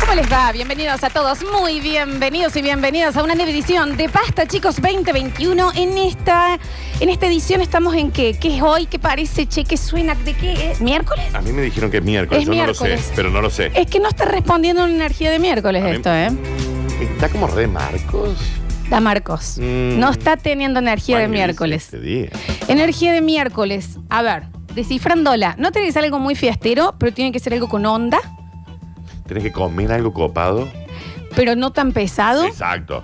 ¿Cómo les va? Bienvenidos a todos, muy bienvenidos y bienvenidas a una nueva edición de Pasta, chicos, 2021. En esta, en esta edición estamos en qué? ¿Qué es hoy? ¿Qué parece? Che, ¿qué suena? ¿De qué es? ¿Miércoles? A mí me dijeron que es miércoles, Es yo no lo miércoles. Eh. sé, pero no lo sé. Es que no está respondiendo una energía de miércoles A mí- esto, ¿eh? Mm, Está como re Marcos. Da Marcos. Mm. No está teniendo energía de Ay, me dice miércoles. este día. Energía de miércoles. A ver, descifrándola. No tiene que ser algo muy fiestero, pero tiene que ser algo con onda, Tienes que comer algo copado. pero no tan pesado. Exacto.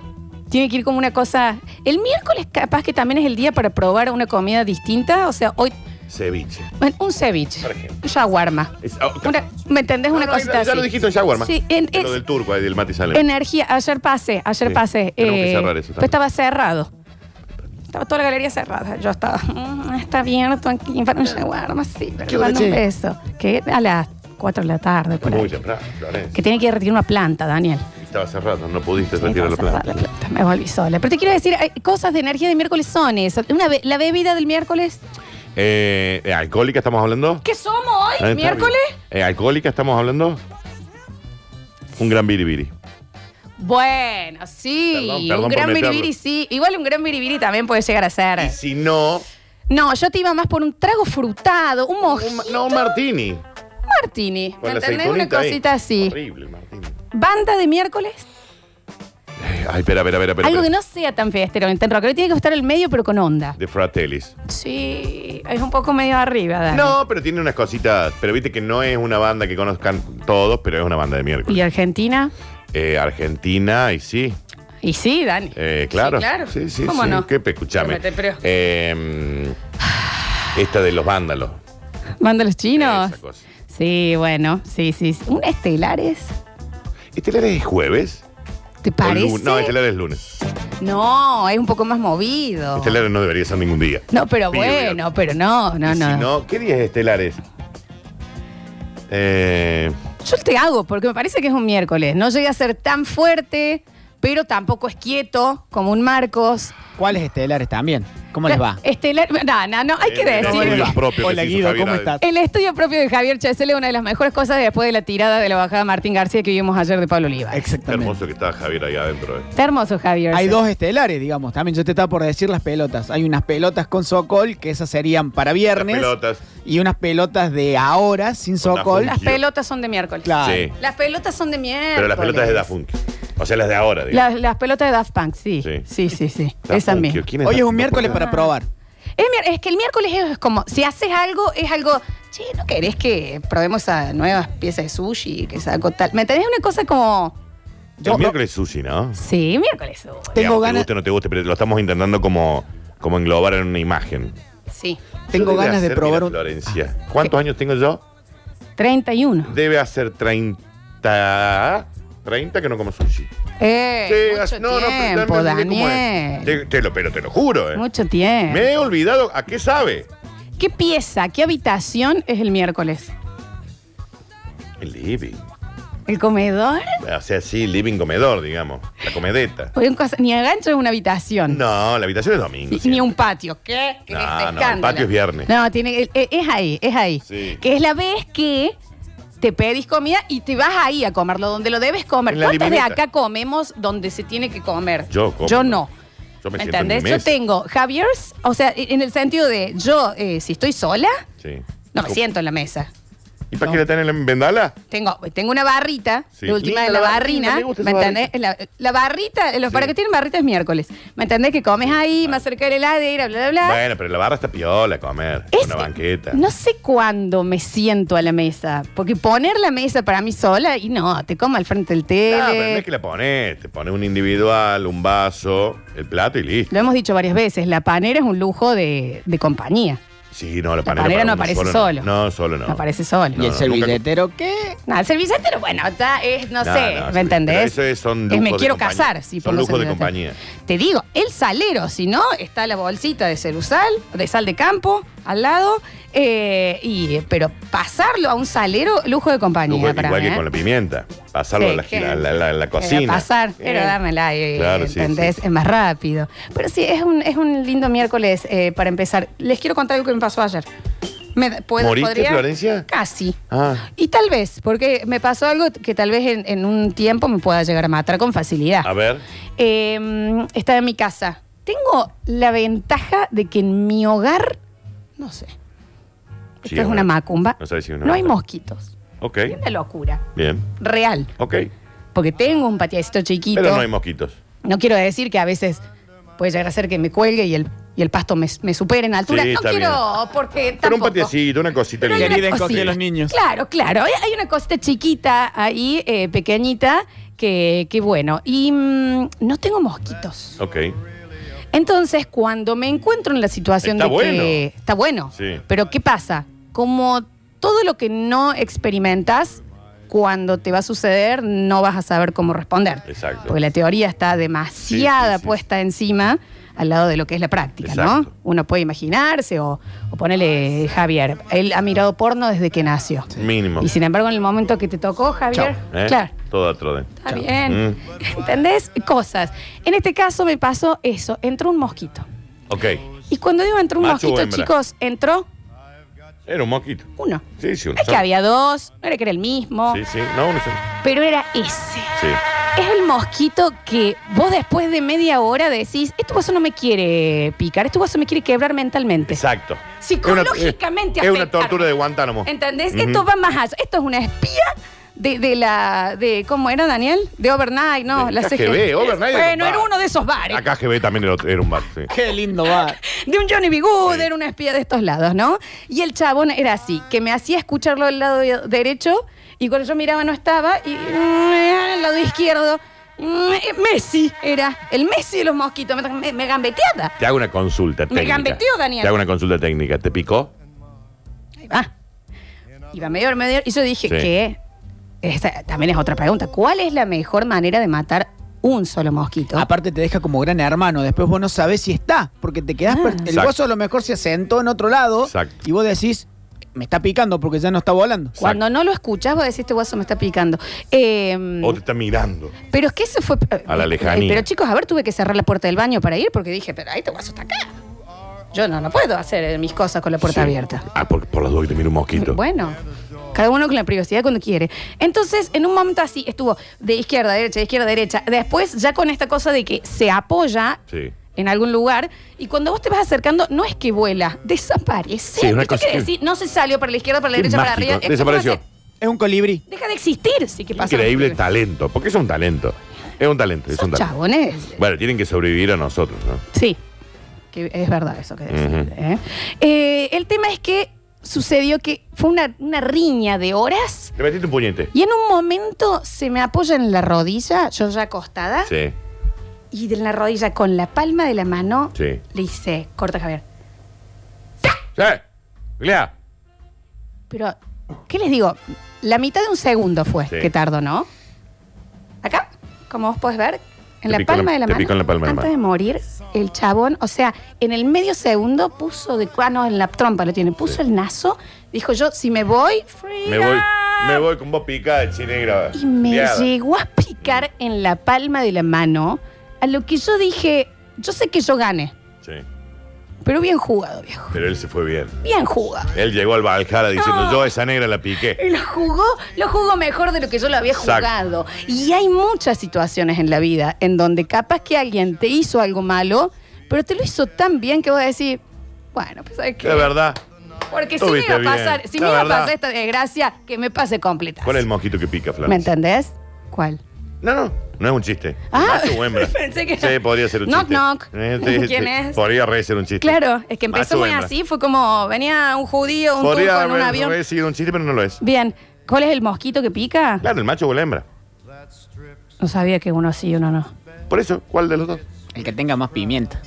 Tiene que ir como una cosa. El miércoles capaz que también es el día para probar una comida distinta. O sea, hoy. Ceviche. bueno, un ceviche. Por ejemplo. Un shawarma. Es- oh, Una- ¿Me entendés? No, una no, cosita ya, así. ya lo dijiste en Shawarma. Sí, en- De lo es- del turco ahí del Mati Salem. Energía. Ayer pasé, ayer Sí, pasé. eh, tenemos que cerrar eso pero también. estaba cerrado. Estaba toda la galería cerrada. Yo estaba. "Mm, está abierto aquí para un shawarma. Sí, pero ¿Qué hora, mando un che? beso. Que a las 4 de la tarde. por Muy ahí. temprano, Florencia. Que tiene que ir a retirar una planta, Daniel. Estaba cerrado, no pudiste Sí, retirar la estaba planta. cerrada la planta, Me volví sola. Pero te quiero decir, hay cosas de energía de miércoles son esas. Una be- la bebida del miércoles. Eh, eh, ¿Alcohólica estamos hablando? ¿Qué somos hoy? Ahí está, ¿Miércoles? bien. Eh, ¿Alcohólica estamos hablando? Un gran biribiri. Bueno, sí. Perdón, perdón un por gran meterlo. biribiri, sí. Igual un gran biribiri también puede llegar a ser. Y si no, No, yo te iba más por un trago frutado, un un ma- mojito. no, Martini. martini. ¿Me Con la entendés? Una aceitunita ahí. cosita así. Horrible, Martini. Banda de miércoles. Eh, Ay, espera, espera, espera. espera, algo espera. que no sea tan fiestero, ni tan rockero. Tiene que estar el medio, pero con onda. De Fratellis. Sí, es un poco medio arriba, Dani. No, pero tiene unas cositas. Pero viste que no es una banda que conozcan todos, pero es una banda de miércoles. ¿Y Argentina? Eh, Argentina, y sí. Y sí, Dani. eh, claro. Sí, claro. Sí, sí, ¿Cómo sí. no? Qué pe- Pero escuchame. me te preo. Eh, esta de los vándalos. Manda los chinos. Esa cosa. Sí, bueno, sí, sí. sí. ¿Un estelares? ¿Estelar es jueves? ¿Te ¿O parece? lu- No, Estelar es lunes. No, es un poco más movido. Estelar no debería ser ningún día. No, pero Period. bueno, pero no, no, Y no. Si no, ¿qué día es Estelares? Eh, Yo te hago, porque me parece que es un miércoles. No llega a ser tan fuerte, pero tampoco es quieto como un Marcos. ¿Cuáles estelares también? ¿Cómo les va? Estelar. No, no, no, hay que Eh, decir. ¿cómo les va? propio que Hola se hizo Guido, Javier ¿cómo Adel. estás? El estudio propio de Javier Chesel es una de las mejores cosas después de la tirada de la bajada de Martín García que vimos ayer de Pablo Oliva. qué Exactamente. hermoso que está Javier ahí adentro. eh. Está hermoso, Javier. Hay dos estelares, digamos, también. Yo te estaba por decir las pelotas. Hay unas pelotas con Socol, que esas serían para Las viernes. pelotas. Y unas pelotas de ahora, sin Con Socol. la Las pelotas son de miércoles. Claro. Sí. Las pelotas son de miércoles. Pero las pelotas de Da Funk. O sea, las de ahora, digamos. Las, las pelotas de Daft Punk, sí. Sí, Sí. sí, sí. Da Esa Funk, misma. ¿quién Hoy Da es un Funk? miércoles para probar. Es, mier- es que el miércoles es como, si haces algo, es algo, che, ¿no querés que probemos esa nueva pieza de sushi que sacó tal? ¿Me tenés una cosa como, El miércoles es sushi, ¿no? sí, miércoles? oh, Tengo Digamos, Te ganas- guste o no te guste, pero lo estamos intentando como, como englobar en una imagen. Sí, Tengo Yo debe ganas de hacer, probar mira, un- Ah, Florencia. ¿Cuántos años tengo yo? 31. Debe hacer 30. 30 que no como sushi. Eh, Che, mucho hace- no, no, pero tiempo, dame- dime cómo Daniel. es. Te, te lo, pero te lo juro, ¿eh? Mucho tiempo. Me he olvidado. ¿A qué sabe? ¿Qué pieza, qué habitación es el miércoles? El living. ¿El comedor? O sea, sí, living comedor, digamos. La comedeta. Porque un cosa- ni agancho es una habitación. No, la habitación es domingo. Ni- Ni siempre. un patio. ¿Qué? ¿Qué No, es este no, el escándalo? patio es viernes. No, tiene, eh, eh, es ahí, es ahí. Sí. Que es la vez que te pedís comida y te vas ahí a comerlo, donde lo debes comer. En la ¿Cuántos de libreta. acá comemos donde se tiene que comer? Yo como. Yo no. Yo me ¿Me siento en mi entendés? Yo mesa. tengo Javier's, o sea, e, en el sentido de yo, eh, si estoy sola, Sí. no me siento en la mesa. ¿Y para qué la tenés en vendala? Tengo, tengo una barrita, Sí. la última Linda de la la barrita, barrina, me gusta ¿me esa entendés? La, la barrita, los Sí. para que tienen barrita es miércoles. ¿Me entendés? Que comes ahí, más cerca de la heladera, bla, bla, bla. Bueno, pero la barra está piola, comer. Es- una banqueta. No sé cuándo me siento a la mesa, porque poner la mesa para mí sola y no, te como al frente del tele. No, pero no es que la pones. Te pones un individual, un vaso, el plato y listo. Lo hemos dicho varias veces, la panera es un lujo de, de compañía. Sí, no, la La panera panera. para no uno aparece solo. No, No, solo no. No aparece solo. ¿Y No, el no, servilletero qué? No, el servicetero, bueno, ya es, no, No, sé, no, ¿me sí, pero entendés? eso es- son Es, me lujos de quiero compañía. casar. Si Son pongo lujos de servicetero. Te digo, el salero, si no, está la bolsita de cerusal, de sal de campo, al lado, eh, y, pero pasarlo a un salero, lujo de compañía. Lujo- para igual mí, que ¿eh? con la pimienta. Pasarlo Sí, a la, que- la- la- la- la Era cocina. pasar, Eh, pero dámela, eh, Claro, sí, ¿entendés? sí. Es más rápido. Pero sí, es un, es un lindo miércoles eh, para empezar. Les quiero contar algo que me pasó ayer. Me da- puedo- ¿Moriste, Florencia? Casi. Ah. Y tal vez, porque me pasó algo que tal vez en, en un tiempo me pueda llegar a matar con facilidad. A ver. Eh, estaba en mi casa. Tengo la ventaja de que en mi hogar, no sé, esto Sí, es a ver. una macumba, No sabes si es una no hay macumba. mosquitos. Ok. Es una locura, Bien. real. Ok. Porque tengo un patiacito chiquito. Pero no hay no, mosquitos. quiero decir que a veces puede llegar a ser que me cuelgue y el, y el pasto me, me supere en altura. Sí, no está quiero, bien. porque Pero un tampoco. patiecito, una cosita Pero hay Que una ni den cosita. coque a los niños. Claro, claro. Hay hay una cosita chiquita ahí, eh, pequeñita, que, que bueno. Y mm, no tengo mosquitos. Ok. Entonces, cuando me encuentro en la situación Está de que bueno. está bueno, Sí. pero ¿qué pasa? Como todo lo que no experimentas, cuando te va a suceder, no vas a saber cómo responder. Exacto. Porque la teoría está demasiada Sí, sí, sí. puesta encima al lado de lo que es la práctica, ¿no? Exacto. Uno puede imaginarse o, o ponele Javier. Él ha mirado porno desde que nació. Mínimo. Y sin embargo, en el momento que te tocó, Javier, ¿Eh? claro. Todo otro de. Está bien. Mm. ¿Entendés? Cosas. En este caso me pasó eso. Entró un mosquito. Ok. Y cuando digo entró un Macho o mosquito, hembra. chicos, entró Era un mosquito. uno. Sí, sí, uno. No es que solo. había dos, no era que era el mismo, Sí, sí. No, uno solo. pero era ese. Sí. Es el mosquito que vos después de media hora decís, este guaso no me quiere picar, este guaso me quiere quebrar mentalmente. Exacto. Psicológicamente Es una, es una afectar. tortura de Guantánamo. ¿Entendés? Ujú. Esto va más allá. Esto es una espía de, de la. de ¿Cómo era, Daniel? De Overnight, ¿no? De la KGB, CGB. Overnight era un Bueno, era bar. uno de esos bares. Acá GB también era, otro- era un bar, sí. Qué lindo va. De un Johnny B. Good, era una espía de estos lados, ¿no? Y el chabón era así, que me hacía escucharlo del lado de- derecho y cuando yo miraba no estaba y mm, el lado izquierdo. mm, eh, Messi era el Messi de los mosquitos, me, me- me gambeteaba. Te hago una consulta técnica. gambeteó, Daniel. Te hago una consulta técnica. ¿Te picó? Ahí va. Iba medio hora, medio hora, Y yo dije Sí. que. esa también es otra pregunta. ¿Cuál es la mejor manera de matar un solo mosquito? Aparte te deja como gran hermano, después vos no sabés si está, porque te quedás... per- El Exacto. gozo a lo mejor se asentó en otro lado Exacto. y vos decís, me está picando porque ya no está volando. Cuando no lo escuchas, vos decís, este guaso me está picando. Eh, ¿O te está mirando? Pero es que eso fue. eh, A la lejanía. Pero chicos, a ver, tuve que cerrar la puerta del baño para ir porque dije, pero ahí te guaso está acá. Yo no, no puedo hacer eh, mis cosas con la puerta Sí. abierta. Mm, Ah, por, por las dos que te mira un mosquito. Bueno, cada uno con la privacidad cuando quiere. Entonces, en un momento así, estuvo de izquierda a derecha, de izquierda a derecha. Después, ya con esta cosa de que se apoya Sí. en algún lugar y cuando vos te vas acercando, no es que vuela, desaparece. Sí, es una ¿Viste cosa qué que- decir? No se salió para la izquierda, para la Qué derecha, para mágico. arriba. Es Desapareció. como que Es un colibrí. Deja de existir, sí que pasa. Increíble talento. Porque es un talento. Es un talento. Es Son un talento. chabones. Bueno, tienen que sobrevivir a nosotros, ¿no? Sí, que es verdad eso que decís. Ujú. ¿eh? Eh, el tema es que sucedió que fue una, una riña de horas Le metiste un puñete. y en un momento se me apoya en la rodilla, yo ya acostada, Sí, y de la rodilla con la palma de la mano sí. le hice, corta Javier. ¡Sí! ¡Lea! Pero, ¿qué les digo? La mitad de un segundo fue Sí. que tardó, ¿no? Acá, como vos podés ver, Te en la picó palma la- de la te mano. picó en la palma de la antes de morir, el chabón, o sea, en el medio segundo puso de ah, no, en la trompa lo tiene, puso Sí. el nazo, dijo yo, si me voy, Me voy, freedom. me voy con vos picada, chinegra. Y me Leada. llegó a picar en la palma de la mano, a lo que yo dije, yo sé que yo gané, Sí, pero bien jugado, viejo. pero él se fue bien. Bien jugado. Él llegó al Valhalla diciendo, yo a esa negra la piqué. Y lo jugó, lo jugó mejor de lo que yo lo había Exacto. jugado. Y hay muchas situaciones en la vida en donde capaz que alguien te hizo algo malo, pero te lo hizo tan bien que vos decís, bueno, pues ¿sabes qué? La verdad, Porque si me estuviste iba a pasar, bien. si La me iba a verdad. pasar esta desgracia, que me pase completa. ¿cuál es el mosquito que pica, Flavio? ¿Me entendés? ¿Cuál? No, no, no es un chiste. Ah, Macho o hembra. pensé que- Sí, podría ser un Knock, chiste. knock. Eh, sí, sí, ¿Quién sí. es? Podría re ser un chiste. Claro, es que Macho empezó o muy hembra. así, fue como venía un judío, un turco Podría en un haber avión. re sido un chiste, pero no lo es. Bien, ¿cuál es el mosquito que pica? Claro, el macho o la hembra. No sabía que uno sí y uno no. Por eso, ¿cuál de los dos? El que tenga más pimienta.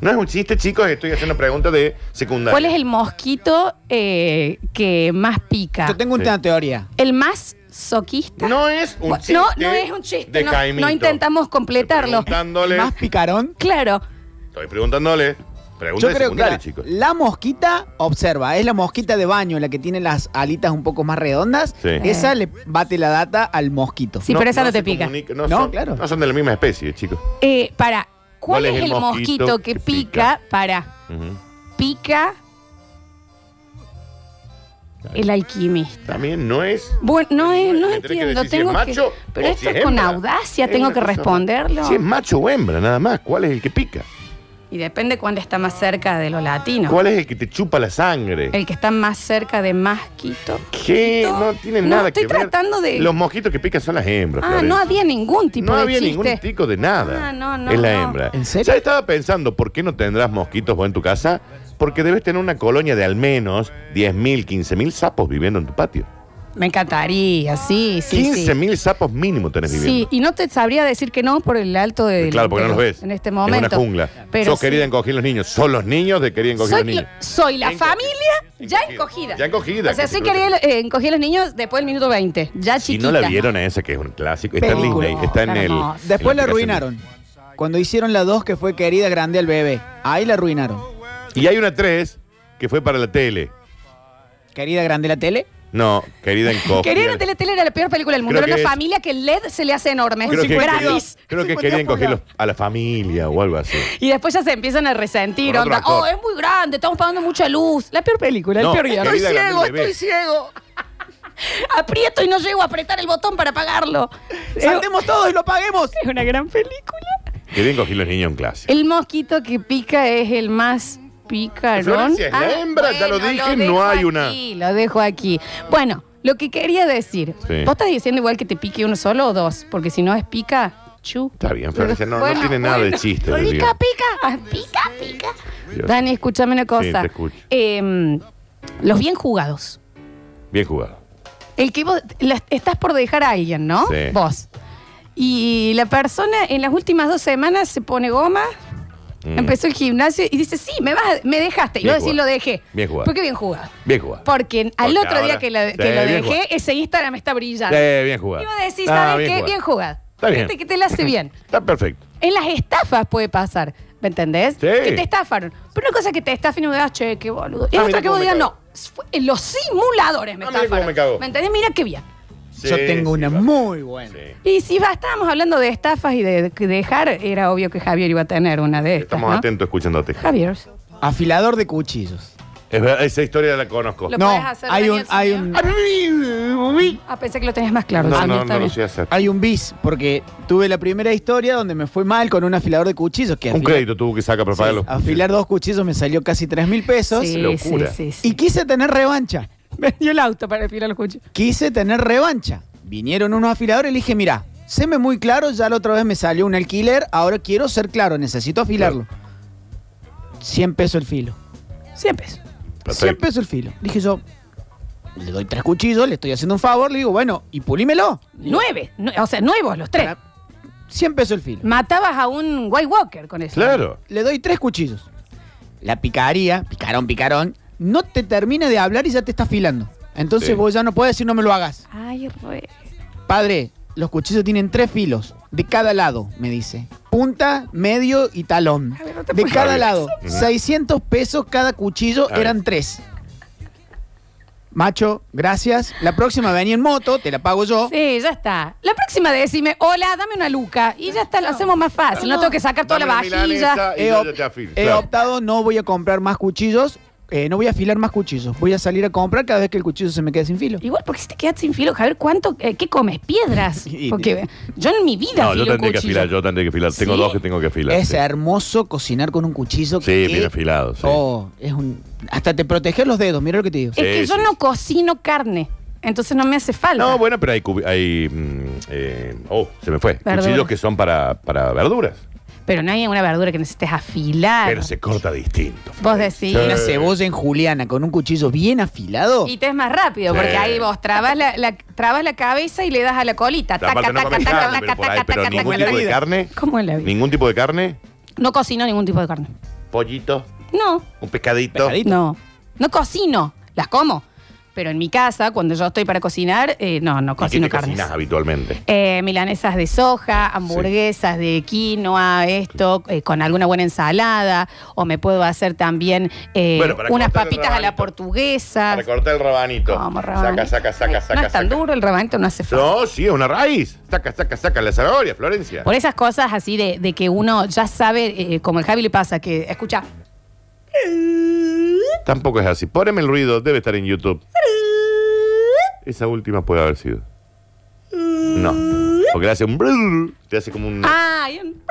No es un chiste, chicos, estoy haciendo preguntas de secundaria. ¿Cuál es el mosquito eh, que más pica? Yo tengo Sí. una teoría. El más soquista. No es un Bueno, chiste. No, no es un chiste. de no, Jaimito. no intentamos completarlo. Estoy preguntándole. Más picarón. Claro. Estoy preguntándole. Pregunta Yo de creo que secundaria, la, chicos. la mosquita, observa, es la mosquita de baño, la que tiene las alitas un poco más redondas. Sí. Esa le bate la data al mosquito. Sí, pero esa no se te pica. comunica- No, son, claro. No son de la misma especie, chicos. Eh, para, ¿cuál, es el mosquito, que pica? Para, Ujú. pica El alquimista. También no es. Bueno, no, es, no Me tenés que entiendo. decir si tengo es macho que, pero o esto si es es con hembra. audacia, Es tengo una que persona. responderlo. Si es macho o hembra, nada más. ¿Cuál es el que pica? Y depende cuándo está más cerca de lo latino. ¿Cuál es el que te chupa la sangre? El que está más cerca de más Quito. ¿Qué? No tiene No, nada estoy que ver. tratando de- Los mosquitos que pican son las hembras. Ah, Florencia. no había ningún tipo No de había chiste. ningún tipo de nada. Ah, no, no, Es la no. hembra. ¿En serio? Ya estaba pensando, ¿por qué no tendrás mosquitos vos en tu casa? Porque debes tener una colonia de al menos 10.000, 15.000 sapos viviendo en tu patio. Me encantaría, sí, sí. sí. 15.000 sapos mínimo tenés Sí, viviendo. y no te sabría decir que no por el alto de. Claro, porque no los ves. En este momento. Es una jungla. Pero Sos sí. querida en coger los niños. Son los niños de querida en coger soy, los niños. soy la Encogida. familia ya Encogida. encogida. Ya encogida, O sea, que soy te cruce. querida, eh, encogí a los niños después del minuto 20. Ya Si chiquita. no la vieron a esa, que es un clásico, está en Película. Disney, está en el... Hermosa. en Después la aplicación. arruinaron. Cuando hicieron la 2 que fue querida grande al bebé. Ahí la arruinaron. Y hay una 3 que fue para la tele. Querida grande la tele. No, querida en cogida. Querida la tele, tele era la peor película del mundo. Creo Era una que es- familia que el LED se le hace enorme. Creo que, Gratis. creo que querían cogerlos a la familia o algo así. Y después ya se empiezan a resentir. Con Onda, otro actor. oh, es muy grande, estamos pagando mucha luz. La peor película, el No, peor guión. Querida Estoy Grande ciego, el Bebé. estoy ciego. Aprieto y no llego a apretar el botón para pagarlo. ¡Saltemos todos y lo paguemos! Es una gran película. Querían coger los niños a un clásico. El mosquito que pica es el más picarón. Ah, Florencia, es la hembra, ya lo dije, dejo no hay una. aquí, Lo dejo aquí. Bueno, lo que quería decir, Sí. vos estás diciendo igual que te pique uno solo o dos, porque si no es pica, chu. Está bien, Florencia, no, no tiene nada de chiste, te digo. Pica, pica, ah, pica, pica. Dios. Dani, escúchame una cosa. te escucho. Eh, los bien jugados. Bien jugado. El que vos la- estás por dejar a alguien, ¿no? Sí. Vos. Y la persona en las últimas dos semanas se pone goma, Mm. empezó el gimnasio y dice, sí, me, vas, me dejaste. Y Bien vos decís, lo jugado. dejé. Bien jugado. ¿Por qué bien jugado? Bien jugado. Porque al Porque otro día ahora- que, la- Sí, que lo bien dejé, jugado. ese Instagram está brillando. Eh, bien jugado. Y vos decís, Ah, ¿sabes qué? jugado. Bien jugado. Está bien. Gente que te la hace bien. Está perfecto. En las estafas puede pasar, ¿me entendés? Sí. Que te estafaron. Pero una cosa es que te estafen y me digas, che, qué boludo. Y Ah, otra mira que vos cómo me digas, no, cago. fue- en los simuladores me Ah, mira estafaron. cómo me cago. entendés? Mira qué bien. Yo Sí, tengo sí, una va. muy buena. Sí. Y si va- estábamos hablando de estafas y de, de dejar, era obvio que Javier iba a tener una de estas, Estamos ¿no? atentos escuchándote. Javier, Afilador de cuchillos. Es verdad, esa historia la conozco. Lo- no, puedes hacer, hay un, Daniel, hay un, ah, pensé que lo tenías más claro. no, Dani, no, está no lo bien. sé hacer. hay un bis, porque tuve la primera historia donde me fue mal con un afilador de cuchillos. Que Un afila- crédito tuvo que sacar para Sí, pagarlo. afilar dos cuchillos me salió casi 3 mil pesos. Sí, locura. sí, sí, Y sí. quise tener revancha. Vendió el auto para afilar los cuchillos. Quise tener revancha. Vinieron unos afiladores y le dije, mira, séme muy claro, ya la otra vez me salió un alquiler, ahora quiero ser claro, necesito afilarlo. 100 pesos el filo. 100 pesos. 100 Perfecto. pesos el filo. Dije yo, le doy tres cuchillos, le estoy haciendo un favor, le digo, bueno, y pulímelo. Nueve. nue- o sea, nuevos los tres. Para- 100 pesos el filo. Matabas a un White Walker con eso. Claro. Le doy tres cuchillos. La picaría, picarón, picarón, no te termina de hablar y ya te está afilando. Entonces Sí. vos ya no puedes decir no me lo hagas. Ay, re. Padre, los cuchillos tienen tres filos, de cada lado, me dice. Punta, medio y talón. Javier, no te De puedo cada creer. lado. Ujú. 600 pesos cada cuchillo, Javier. eran tres. Macho, gracias. La próxima venía en moto, te la pago yo. Sí, ya está. La próxima decime, hola, dame una luca. Y ya está, lo hacemos más fácil. No tengo que sacar toda la Dame una vajilla. milanesa y Ah, He, yo op- ya te afilo, he claro. optado, no voy a comprar más cuchillos, eh, no voy a afilar más cuchillos. Voy a salir a comprar cada vez que el cuchillo se me quede sin filo. Igual, porque si te quedas sin filo, Javier, ¿cuánto, eh, ¿qué comes? ¿Piedras? Y- Porque yo en mi vida No, afilo yo un tendría que cuchillo. afilar, yo tendría que afilar. Tengo ¿Sí? dos que tengo que afilar. es sí. hermoso cocinar con un cuchillo. Sí, que- bien afilado. sí. Oh, es un, hasta te protege los dedos, mira lo que te digo. Es que Sí, yo sí, no sí. cocino carne, entonces no me hace falta. No, bueno, pero hay, cubi- hay mm, eh, oh, se me fue. Verduras. Cuchillos que son para, para verduras. Pero no hay una verdura que necesites afilar. Pero se corta distinto. Ah, Vos decís. Sí. Una cebolla en juliana con un cuchillo bien afilado. Y te es más rápido, Sí. porque ahí vos trabas la, la- trabas la cabeza y le das a la colita. Taca, Aparte no taca, comes taca, carne, taca, pero por ahí, taca, pero taca, ningún taca, tipo de taca. carne. ¿Cómo es la vida? Ningún tipo de carne. No cocino ningún tipo de carne. Pollito. No, Un pescadito. Pescadito. no. No cocino, las como. Pero en mi casa, cuando yo estoy para cocinar, eh, no, no ¿Y qué cocino te carnes. cocinas habitualmente? Eh, milanesas de soja, hamburguesas de quinoa, esto, eh, con alguna buena ensalada, o me puedo hacer también eh, Bueno, para unas cortar el papitas a la rabanito. portuguesa. Para cortar el rabanito. Como Ah. rabanito. Saca, saca, saca, Eh, saca. No es tan saca. duro el rabanito, no hace falta. No, sí, es una raíz. Saca, saca, saca la zanahoria, Florencia. Por esas cosas así de, de que uno ya sabe, eh, como el Javi le pasa, que escucha. Tampoco es así. Poneme el ruido, debe estar en YouTube. Esa última puede haber sido. No. Porque le hace un. brrr, Te hace como un. Ah, hay un-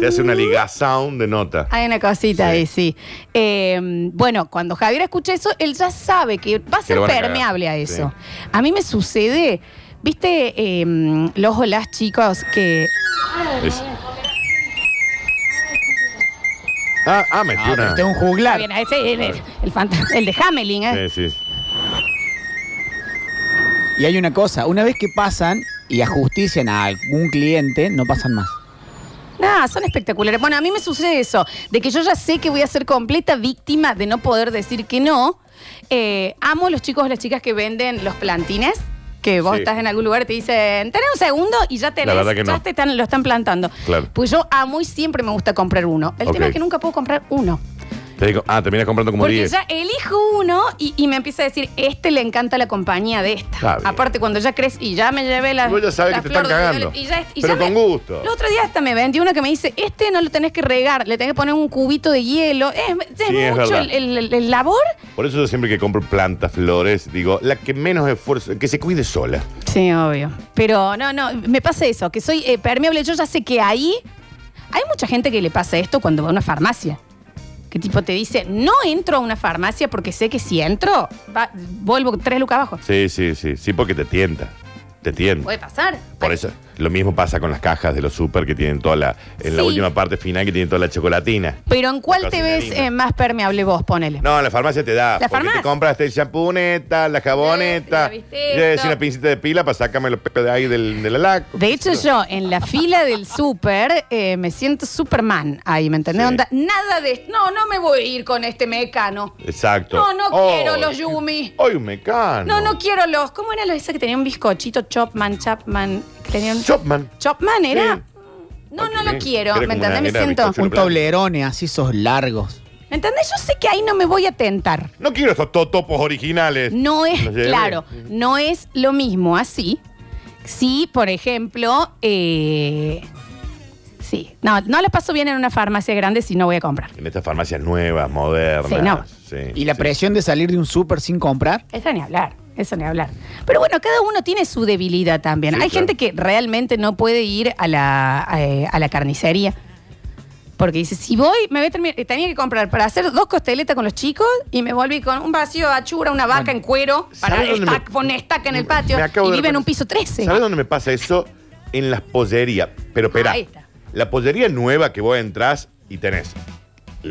Te hace una ligación de nota. Hay una cosita Sí. ahí, sí. Eh, bueno, cuando Javier escucha eso, él ya sabe que va a ser lo van a cagar. permeable a eso. A mí me sucede, viste, eh, los o las chicos que... Es- Ah, ah, metió Ah, pero una. este es un Está juglar. bien, ese, el, el, el fanta- el de Hamelin, ¿eh? Sí, sí. Y hay una cosa, una vez que pasan y ajustician a algún cliente, no pasan más. Nah, son espectaculares. Bueno, a mí me sucede eso, de que yo ya sé que voy a ser completa víctima de no poder decir que no. Eh, amo los chicos o las chicas que venden los plantines, que vos Sí. estás en algún lugar y te dicen, tenés un segundo y ya tenés, La verdad que ya no. te están, lo están plantando. Claro. Pues yo amo y siempre me gusta comprar uno. El tema Ok. es que nunca puedo comprar uno. Te digo, ah, terminas comprando como Porque 10. ya elijo uno y, y me empieza a decir, este le encanta la compañía de esta. Está bien. Aparte, cuando ya crees y ya me llevé la. Y vos ya sabés la que te flor están de cagando. violet- y ya es- y Pero ya con me- gusto. El otro día hasta me vendí uno que me dice, este no lo tenés que regar, le tenés que poner un cubito de hielo. Es, es Sí, es mucho verdad. el, el- el- el labor. Por eso yo siempre que compro plantas, flores, digo, la que menos esfuerzo, que se cuide sola. Sí, obvio. Pero no, no, me pasa eso, que soy eh, permeable. Yo ya sé que ahí hay mucha gente que le pasa esto cuando va a una farmacia. Que tipo te dice, no entro a una farmacia porque sé que si entro, va- vuelvo tres lucas abajo. Sí, sí, sí. Sí, porque te tienta. Te tienta. Puede pasar. Por eso, lo mismo pasa con las cajas de los super que tienen toda la. En la Sí. última parte final que tienen toda la chocolatina. Pero ¿en cuál La te ves cocinerina. eh, más permeable vos, ponele? No, la farmacia te da. La porque farmacia. te compraste el champuneta, la jaboneta. eh, Sí, la Y le decís una pincita de pila para sacarme los pepes de ahí del, de la lac. De hecho, yo en la fila del súper eh, me siento Superman ahí, ¿me entendés? Sí. Onda, nada de... No, no me voy a ir con este mecano. Exacto. No, no Hoy- quiero los Yumi. Hoy un mecano. No, no quiero los... ¿Cómo era los esa que tenía un bizcochito? Chopman, Chapman... que tenía un- Chopman. Chopman era... Sí. No, Ok, no lo era quiero, como ¿me entendés? una- Me era siento... bizcocho. Un toblerone, así esos largos. ¿Me entendés? Yo sé que ahí no me voy a tentar. No quiero esos totopos originales. No es, Los llevé. claro, no es lo mismo así. Sí, por ejemplo, eh, sí. No, no la paso bien en una farmacia grande si no voy a comprar. En estas farmacias nuevas, modernas. Sí, no. Sí, Y la sí. presión de salir de un súper sin comprar. Eso ni hablar, eso ni hablar. Pero bueno, cada uno tiene su debilidad también. Sí, Hay claro. gente que realmente no puede ir a la, eh, a la carnicería. Porque dice, si voy, me voy a terminar- eh, tenía que comprar para hacer dos costeletas con los chicos y me volví con un vacío de achura, una vaca en cuero, para ¿Sabes dónde me- estac- poner estaca en el me- patio me acabo y de vive en recordar. un piso 13. ¿Sabes dónde me pasa eso? En las pollerías. Pero espera, Ah, Ahí está. la pollería nueva que vos entras y tenés,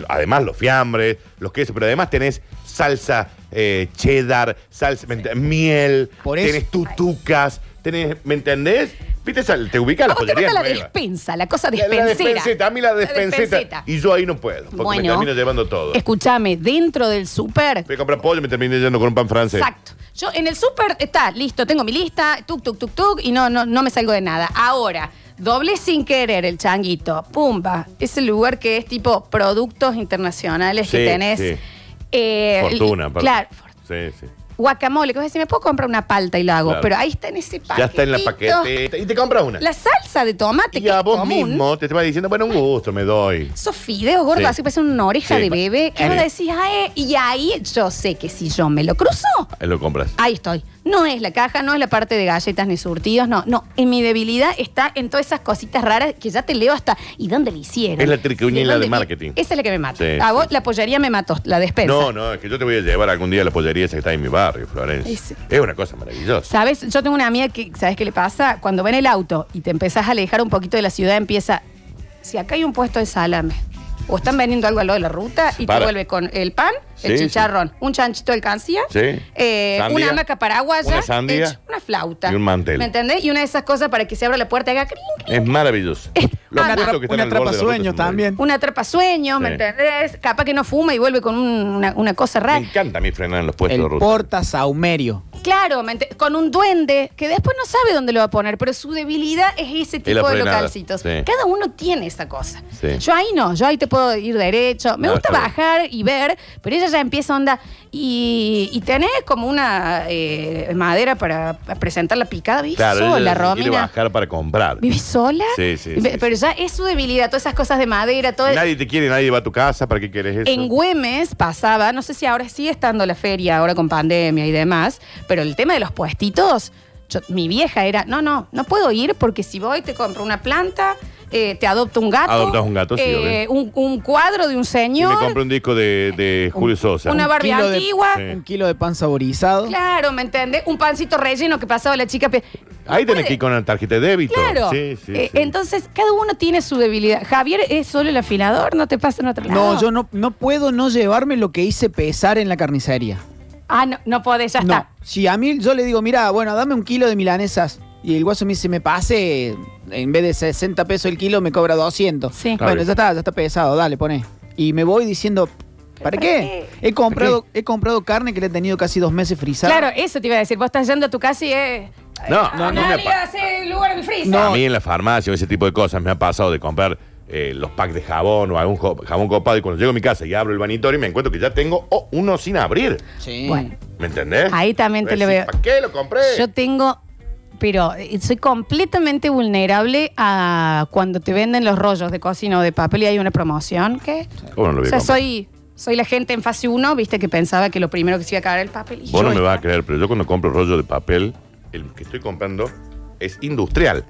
además los fiambres, los quesos, pero además tenés salsa eh, cheddar, salsa, ¿me ent- miel, Por eso. tenés tutucas, tenés, ¿me entendés? ¿Viste esa? Te ubicas ¿A la vos te pollería gusta la nueva. despensa, la cosa La- despensera. La despenseta, a mí la despenseta. despenseta. Y yo ahí no puedo, porque me Bueno. termino llevando todo. Escúchame, dentro del súper. Voy a comprar pollo y me termino yendo con un pan francés. Exacto. Yo en el súper está, listo, tengo mi lista, tuk, tuk, tuk, tuk, y no, no, no me salgo de nada. Ahora, doble sin querer el changuito, pumba. Es el lugar que es tipo productos internacionales que Sí, tenés. sí. eh, l- Fortuna, aparte. Claro. Sí, sí. Guacamole, que vos decís, me puedo comprar una palta y la hago, Claro. pero ahí está en ese paquete. Ya está en la paqueteta. Y te compras una. La salsa de tomate Y que a es vos común. mismo te estás diciendo, bueno, un gusto me doy. Esos fideos gordos, Sí. así parece una oreja Sí. de bebé. Que Sí. vos decís, ay, y ahí yo sé que si yo me lo cruzo, Ahí lo compras. ahí estoy. No es la caja, no es la parte de galletas ni surtidos, no. No, en mi debilidad está en todas esas cositas raras que ya te leo hasta, ¿y dónde le hicieron? Es la triquiñuela dónde de vi? marketing. Esa es la que me mata. Sí, a vos sí. la pollería me mató, la despensa. No, no, es que yo te voy a llevar algún día a la pollería esa que está en mi barrio, Florencia. Ese. Es una cosa maravillosa. ¿Sabes? Yo tengo una amiga que, ¿sabes qué le pasa? Cuando va en el auto y te empezás a alejar un poquito de la ciudad, empieza, si acá hay un puesto de salame, o están vendiendo algo al lado de la ruta y te para. vuelve con el pan, el Sí, chicharrón, un chanchito de alcancía, Sí. eh, Sandía. una hamaca paraguaya, Una sandía. hecha- una flauta. Y un mantel. Eh. ¿Me entendés? Y una de esas cosas para que se abra la puerta y haga crin, crin. Es maravilloso. Los Una gustos trapa- que están una al borde de la ruta trapasueño son maravillosos. también. Una atrapasueños, ¿me Sí. entendés? Capaz que no fuma y vuelve con un- una, una cosa Me rara. encanta a mí frenar en los puestos El de ruta. porta saumerio. Claro, ¿me ente- con un duende que después no sabe dónde lo va a poner, pero su debilidad es ese tipo de frenada, localcitos. sí. Cada uno tiene esa cosa. Sí. Yo ahí no, yo ahí te puedo ir derecho. Me No, gusta está bien. bajar y ver, pero ella ya empieza onda. Y, y tenés como una eh, madera para a presentar la picada, vive Claro, sola, ella se quiere Romina. bajar para comprar. ¿Vive sola? Sí, sí, Ve- sí, sí. Pero ya es su debilidad, todas esas cosas de madera, todo. Nadie te quiere, nadie va a tu casa, ¿para qué querés eso? En Güemes pasaba, no sé si ahora sí estando la feria, ahora con pandemia y demás, pero el tema de los puestitos, yo- mi vieja era, no, no, no puedo ir porque si voy te compro una planta, eh, te adopto un gato. Adoptás un gato, sí, eh, un, un cuadro de un Y me señor. compré un disco de, de Julio Sosa. Una Barbie kilo de- antigua. Sí. Un kilo de pan saborizado. Claro, ¿me entiendes? Un pancito relleno que pasaba la chica. pe- Ahí No tenés puede- que ir con una tarjeta de débito. Claro. Sí, sí, Eh, sí. Entonces, cada uno tiene su debilidad. Javier es solo el afilador, no te pasa en otro lado. No, yo no, no puedo no llevarme lo que hice pesar en la carnicería. Ah, no, no podés, ya No. está. Si a mí yo le digo, mira, bueno, dame un kilo de milanesas. Y el guaso me dice, me pase, en vez de 60 pesos el kilo, me cobra 200. Sí. Claro. Bueno, ya está, ya está pesado, dale, poné. Y me voy diciendo, ¿para ¿Para qué? He comprado, he comprado carne que le he tenido casi dos meses frisada. Claro, eso te iba a decir. Vos estás yendo a tu casa y es. No, no, no me pa- hace lugar en el freezer. A mí en la farmacia o ese tipo de cosas me ha pasado de comprar eh, los packs de jabón o algún jo- jabón copado y cuando llego a mi casa y abro el vanitorio me encuentro que ya tengo oh, uno sin abrir. Sí. Bueno, ¿Me entendés? Ahí también te Voy a lo decir, veo. ¿Para qué lo compré? yo tengo. Pero eh, soy completamente vulnerable a cuando te venden los rollos de cocina o de papel y hay una promoción. ¿Qué? ¿Cómo no lo O voy a sea, comprar? soy, soy la gente en fase 1, viste, que pensaba que lo primero que se iba a acabar era el papel. Y Vos no yo- me vas a creer, pero yo cuando compro rollo de papel, el que estoy comprando es industrial.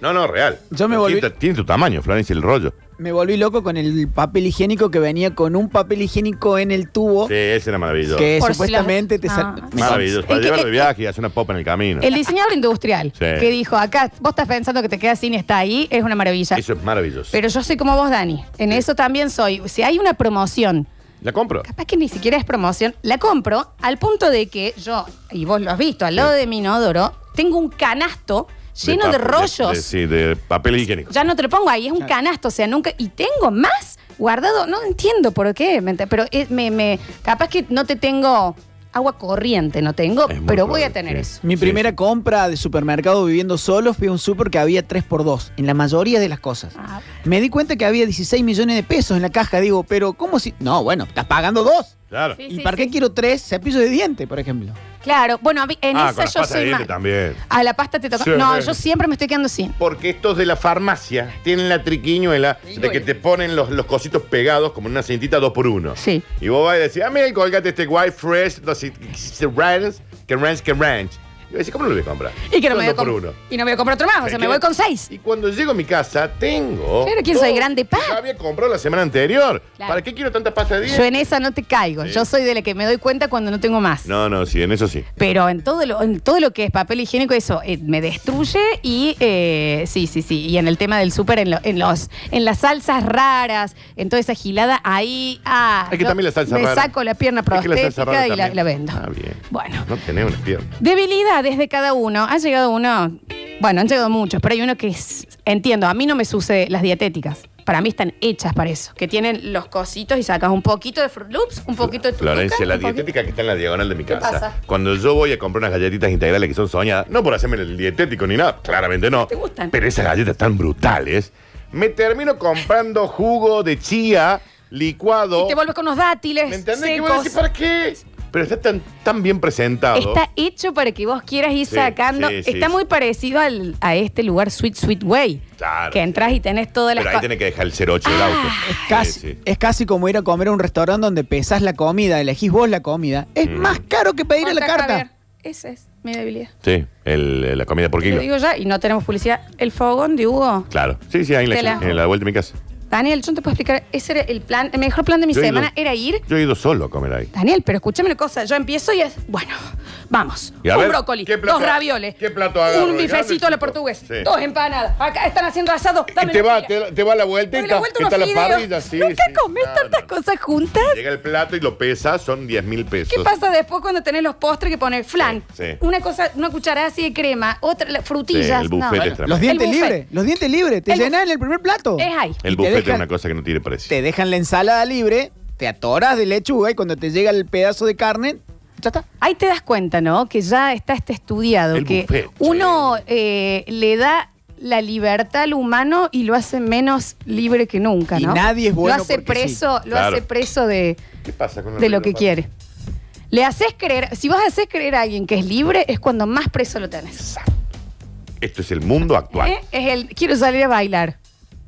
No, no, real. Yo me Pero volví- Tiene, tiene tu tamaño, Florencia, el rollo. Me volví loco con el papel higiénico que venía con un papel higiénico en el tubo. Sí, ese era maravilloso. Que Por si supuestamente las- te sal- Ah. me- Maravilloso. Para Es que- llevarlo de es- viaje y hacer una popa en el camino. El diseñador industrial Sí. que dijo, acá vos estás pensando que te quedas sin y está ahí, es una maravilla. Eso es maravilloso. Pero yo soy como vos, Dani. En eso también soy. Si hay una promoción, La compro. capaz que ni siquiera es promoción, la compro al punto de que yo, y vos lo has visto, al lado de mi inodoro, tengo un canasto lleno de, pap- rollos. de- sí, de papel higiénico. Ya no te lo pongo ahí, es un canasto, o sea, nunca. Y tengo más guardado, no entiendo por qué, ¿me ent- pero es- me, me- capaz que no te tengo agua corriente, no tengo, Es muy pero voy a probable, tener sí. eso. Mi Sí, primera sí. compra de supermercado viviendo solo fue a un super que había 3x2 en la mayoría de las cosas. Ah, Me di cuenta que había 16 millones de pesos en la caja. Digo, pero ¿cómo si.? No, bueno, estás pagando dos. Claro. Sí, ¿Y para qué quiero tres cepillos de diente, por ejemplo? Claro, bueno, a mí- en ah, esa con las yo pastas de soy diente más. también. A la pasta te toca. Sí. No, yo siempre me estoy quedando sin. Porque estos de la farmacia tienen la triquiñuela de que te ponen los, los cositos pegados como en una cintita dos por uno. Sí. Y vos vas y decís, ah, mira, y colgate este White Fresh, dos y- que ranch, que ranch, que ranch. Y yo decís, ¿cómo no lo voy a comprar? Y que no me voy a Dos por comprar. uno. Y no me voy a comprar otro más, o sea, me queda- voy con seis. Y cuando llego a mi casa, tengo. Claro, ¿quién soy? Grande pa. pa. Ya había comprado la semana anterior. Claro. ¿Para qué quiero tanta pasta de Yo dientes? en esa no te caigo. Yo soy de la que me doy cuenta cuando no tengo más. No, no, sí, en eso sí. Pero en todo lo, en todo lo que es papel higiénico, eso eh, me destruye y eh, sí, sí, sí. Y en el tema del súper, en, lo- en los, en las salsas raras, en toda esa gilada, ahí ah, Es que yo también la salsa me rara. saco la pierna Es que la prostética salsa rara y, la, también. y la vendo. Ah, bien. Bueno. No tenés una pierna. Debilidades de cada uno. Ha llegado uno, bueno, han llegado muchos, pero hay uno que es, entiendo, a mí no me sucede las dietéticas. Para mí están hechas para eso, que tienen los cositos y sacas un poquito de Fruit Loops, un poquito de Tutuca, Florencia, la un poquito- dietética que está en la diagonal de mi ¿Qué casa. pasa? Cuando yo voy a comprar unas galletitas integrales que son soñadas, no por hacerme el dietético ni nada, claramente no. ¿Te gustan? Pero esas galletas tan brutales, me termino comprando jugo de chía licuado. Y te vuelves con unos ¿Me dátiles entendés? ¿Qué voy a secos. decir? ¿Para qué? Pero está tan, tan bien presentado. Está hecho para que vos quieras ir Sí, sacando. sí, sí, Está sí. muy parecido al- a este lugar Sweet Sweet Way. Claro. Que entras y tenés todas las Pero ahí cosas. Ah, tiene que dejar el 08 del auto. Es casi, Sí, sí. es casi como ir a comer a un restaurante donde pesás la comida, elegís vos la comida. Es Mm. más caro que pedir a la carta. Esa es mi debilidad. Sí, el- la comida por Te Lo kilo. digo ya y no tenemos publicidad. El fogón de Hugo. Claro. Sí, sí, ahí en la, Tela. en la vuelta de mi casa. Daniel, yo no te puedo explicar. Ese era el plan. El mejor plan de mi Yo he ido- semana era ir. Yo he ido solo a comer ahí. Daniel, pero escúchame una cosa. Yo empiezo y es. Bueno, vamos. Y a un ver, brócoli, ¿qué plato- dos ravioles. qué plato agarro, Un de grande bifecito a la chico? portuguesa. Sí. Dos empanadas. Acá están haciendo asado. Y dame te la va, pila. te, te va la vueltita, Dame la vuelta que unos está la fideos. parrilla, sí. Nunca sí. comés No, tantas no. cosas juntas. Llega el plato y lo pesa, son 10 mil pesos. ¿Qué pasa después cuando tenés los postres que pones flan? Sí, sí. Una cosa, una cucharada así de crema, otra la- Sí, frutillas. el No, buffet bueno. es tremendo. Los El dientes buffet. libres, los dientes libres, te El bu- llenan el primer plato. Es ahí. El y te buffet es dejan- una cosa que no tiene precio. Te dejan la ensalada libre, te atoras de lechuga y cuando te llega el pedazo de carne, ya está. Ahí te das cuenta, ¿no? Que ya está este estudiado, El que buffet, sí. uno eh, le da la libertad al humano y lo hace menos libre que nunca, Y ¿no? nadie es bueno Lo hace porque sí. preso, lo Claro. hace preso de, ¿Qué pasa con la de lo regla, que Mar? quiere. Le haces creer, si vas a hacer creer a alguien que es libre, es cuando más preso lo tenés. Esto es el mundo actual. ¿Eh? Es el quiero salir a bailar.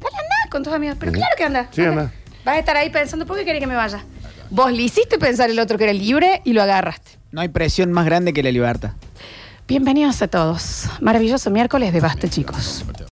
Dale, anda con tus amigos. Pero Ujú. claro que anda. Sí, anda. Vas a estar ahí pensando, ¿por qué querés que me vaya? Vos le hiciste pensar el otro que era libre y lo agarraste. No hay presión más grande que la libertad. Bienvenidos a todos. Maravilloso miércoles de Basta, chicos.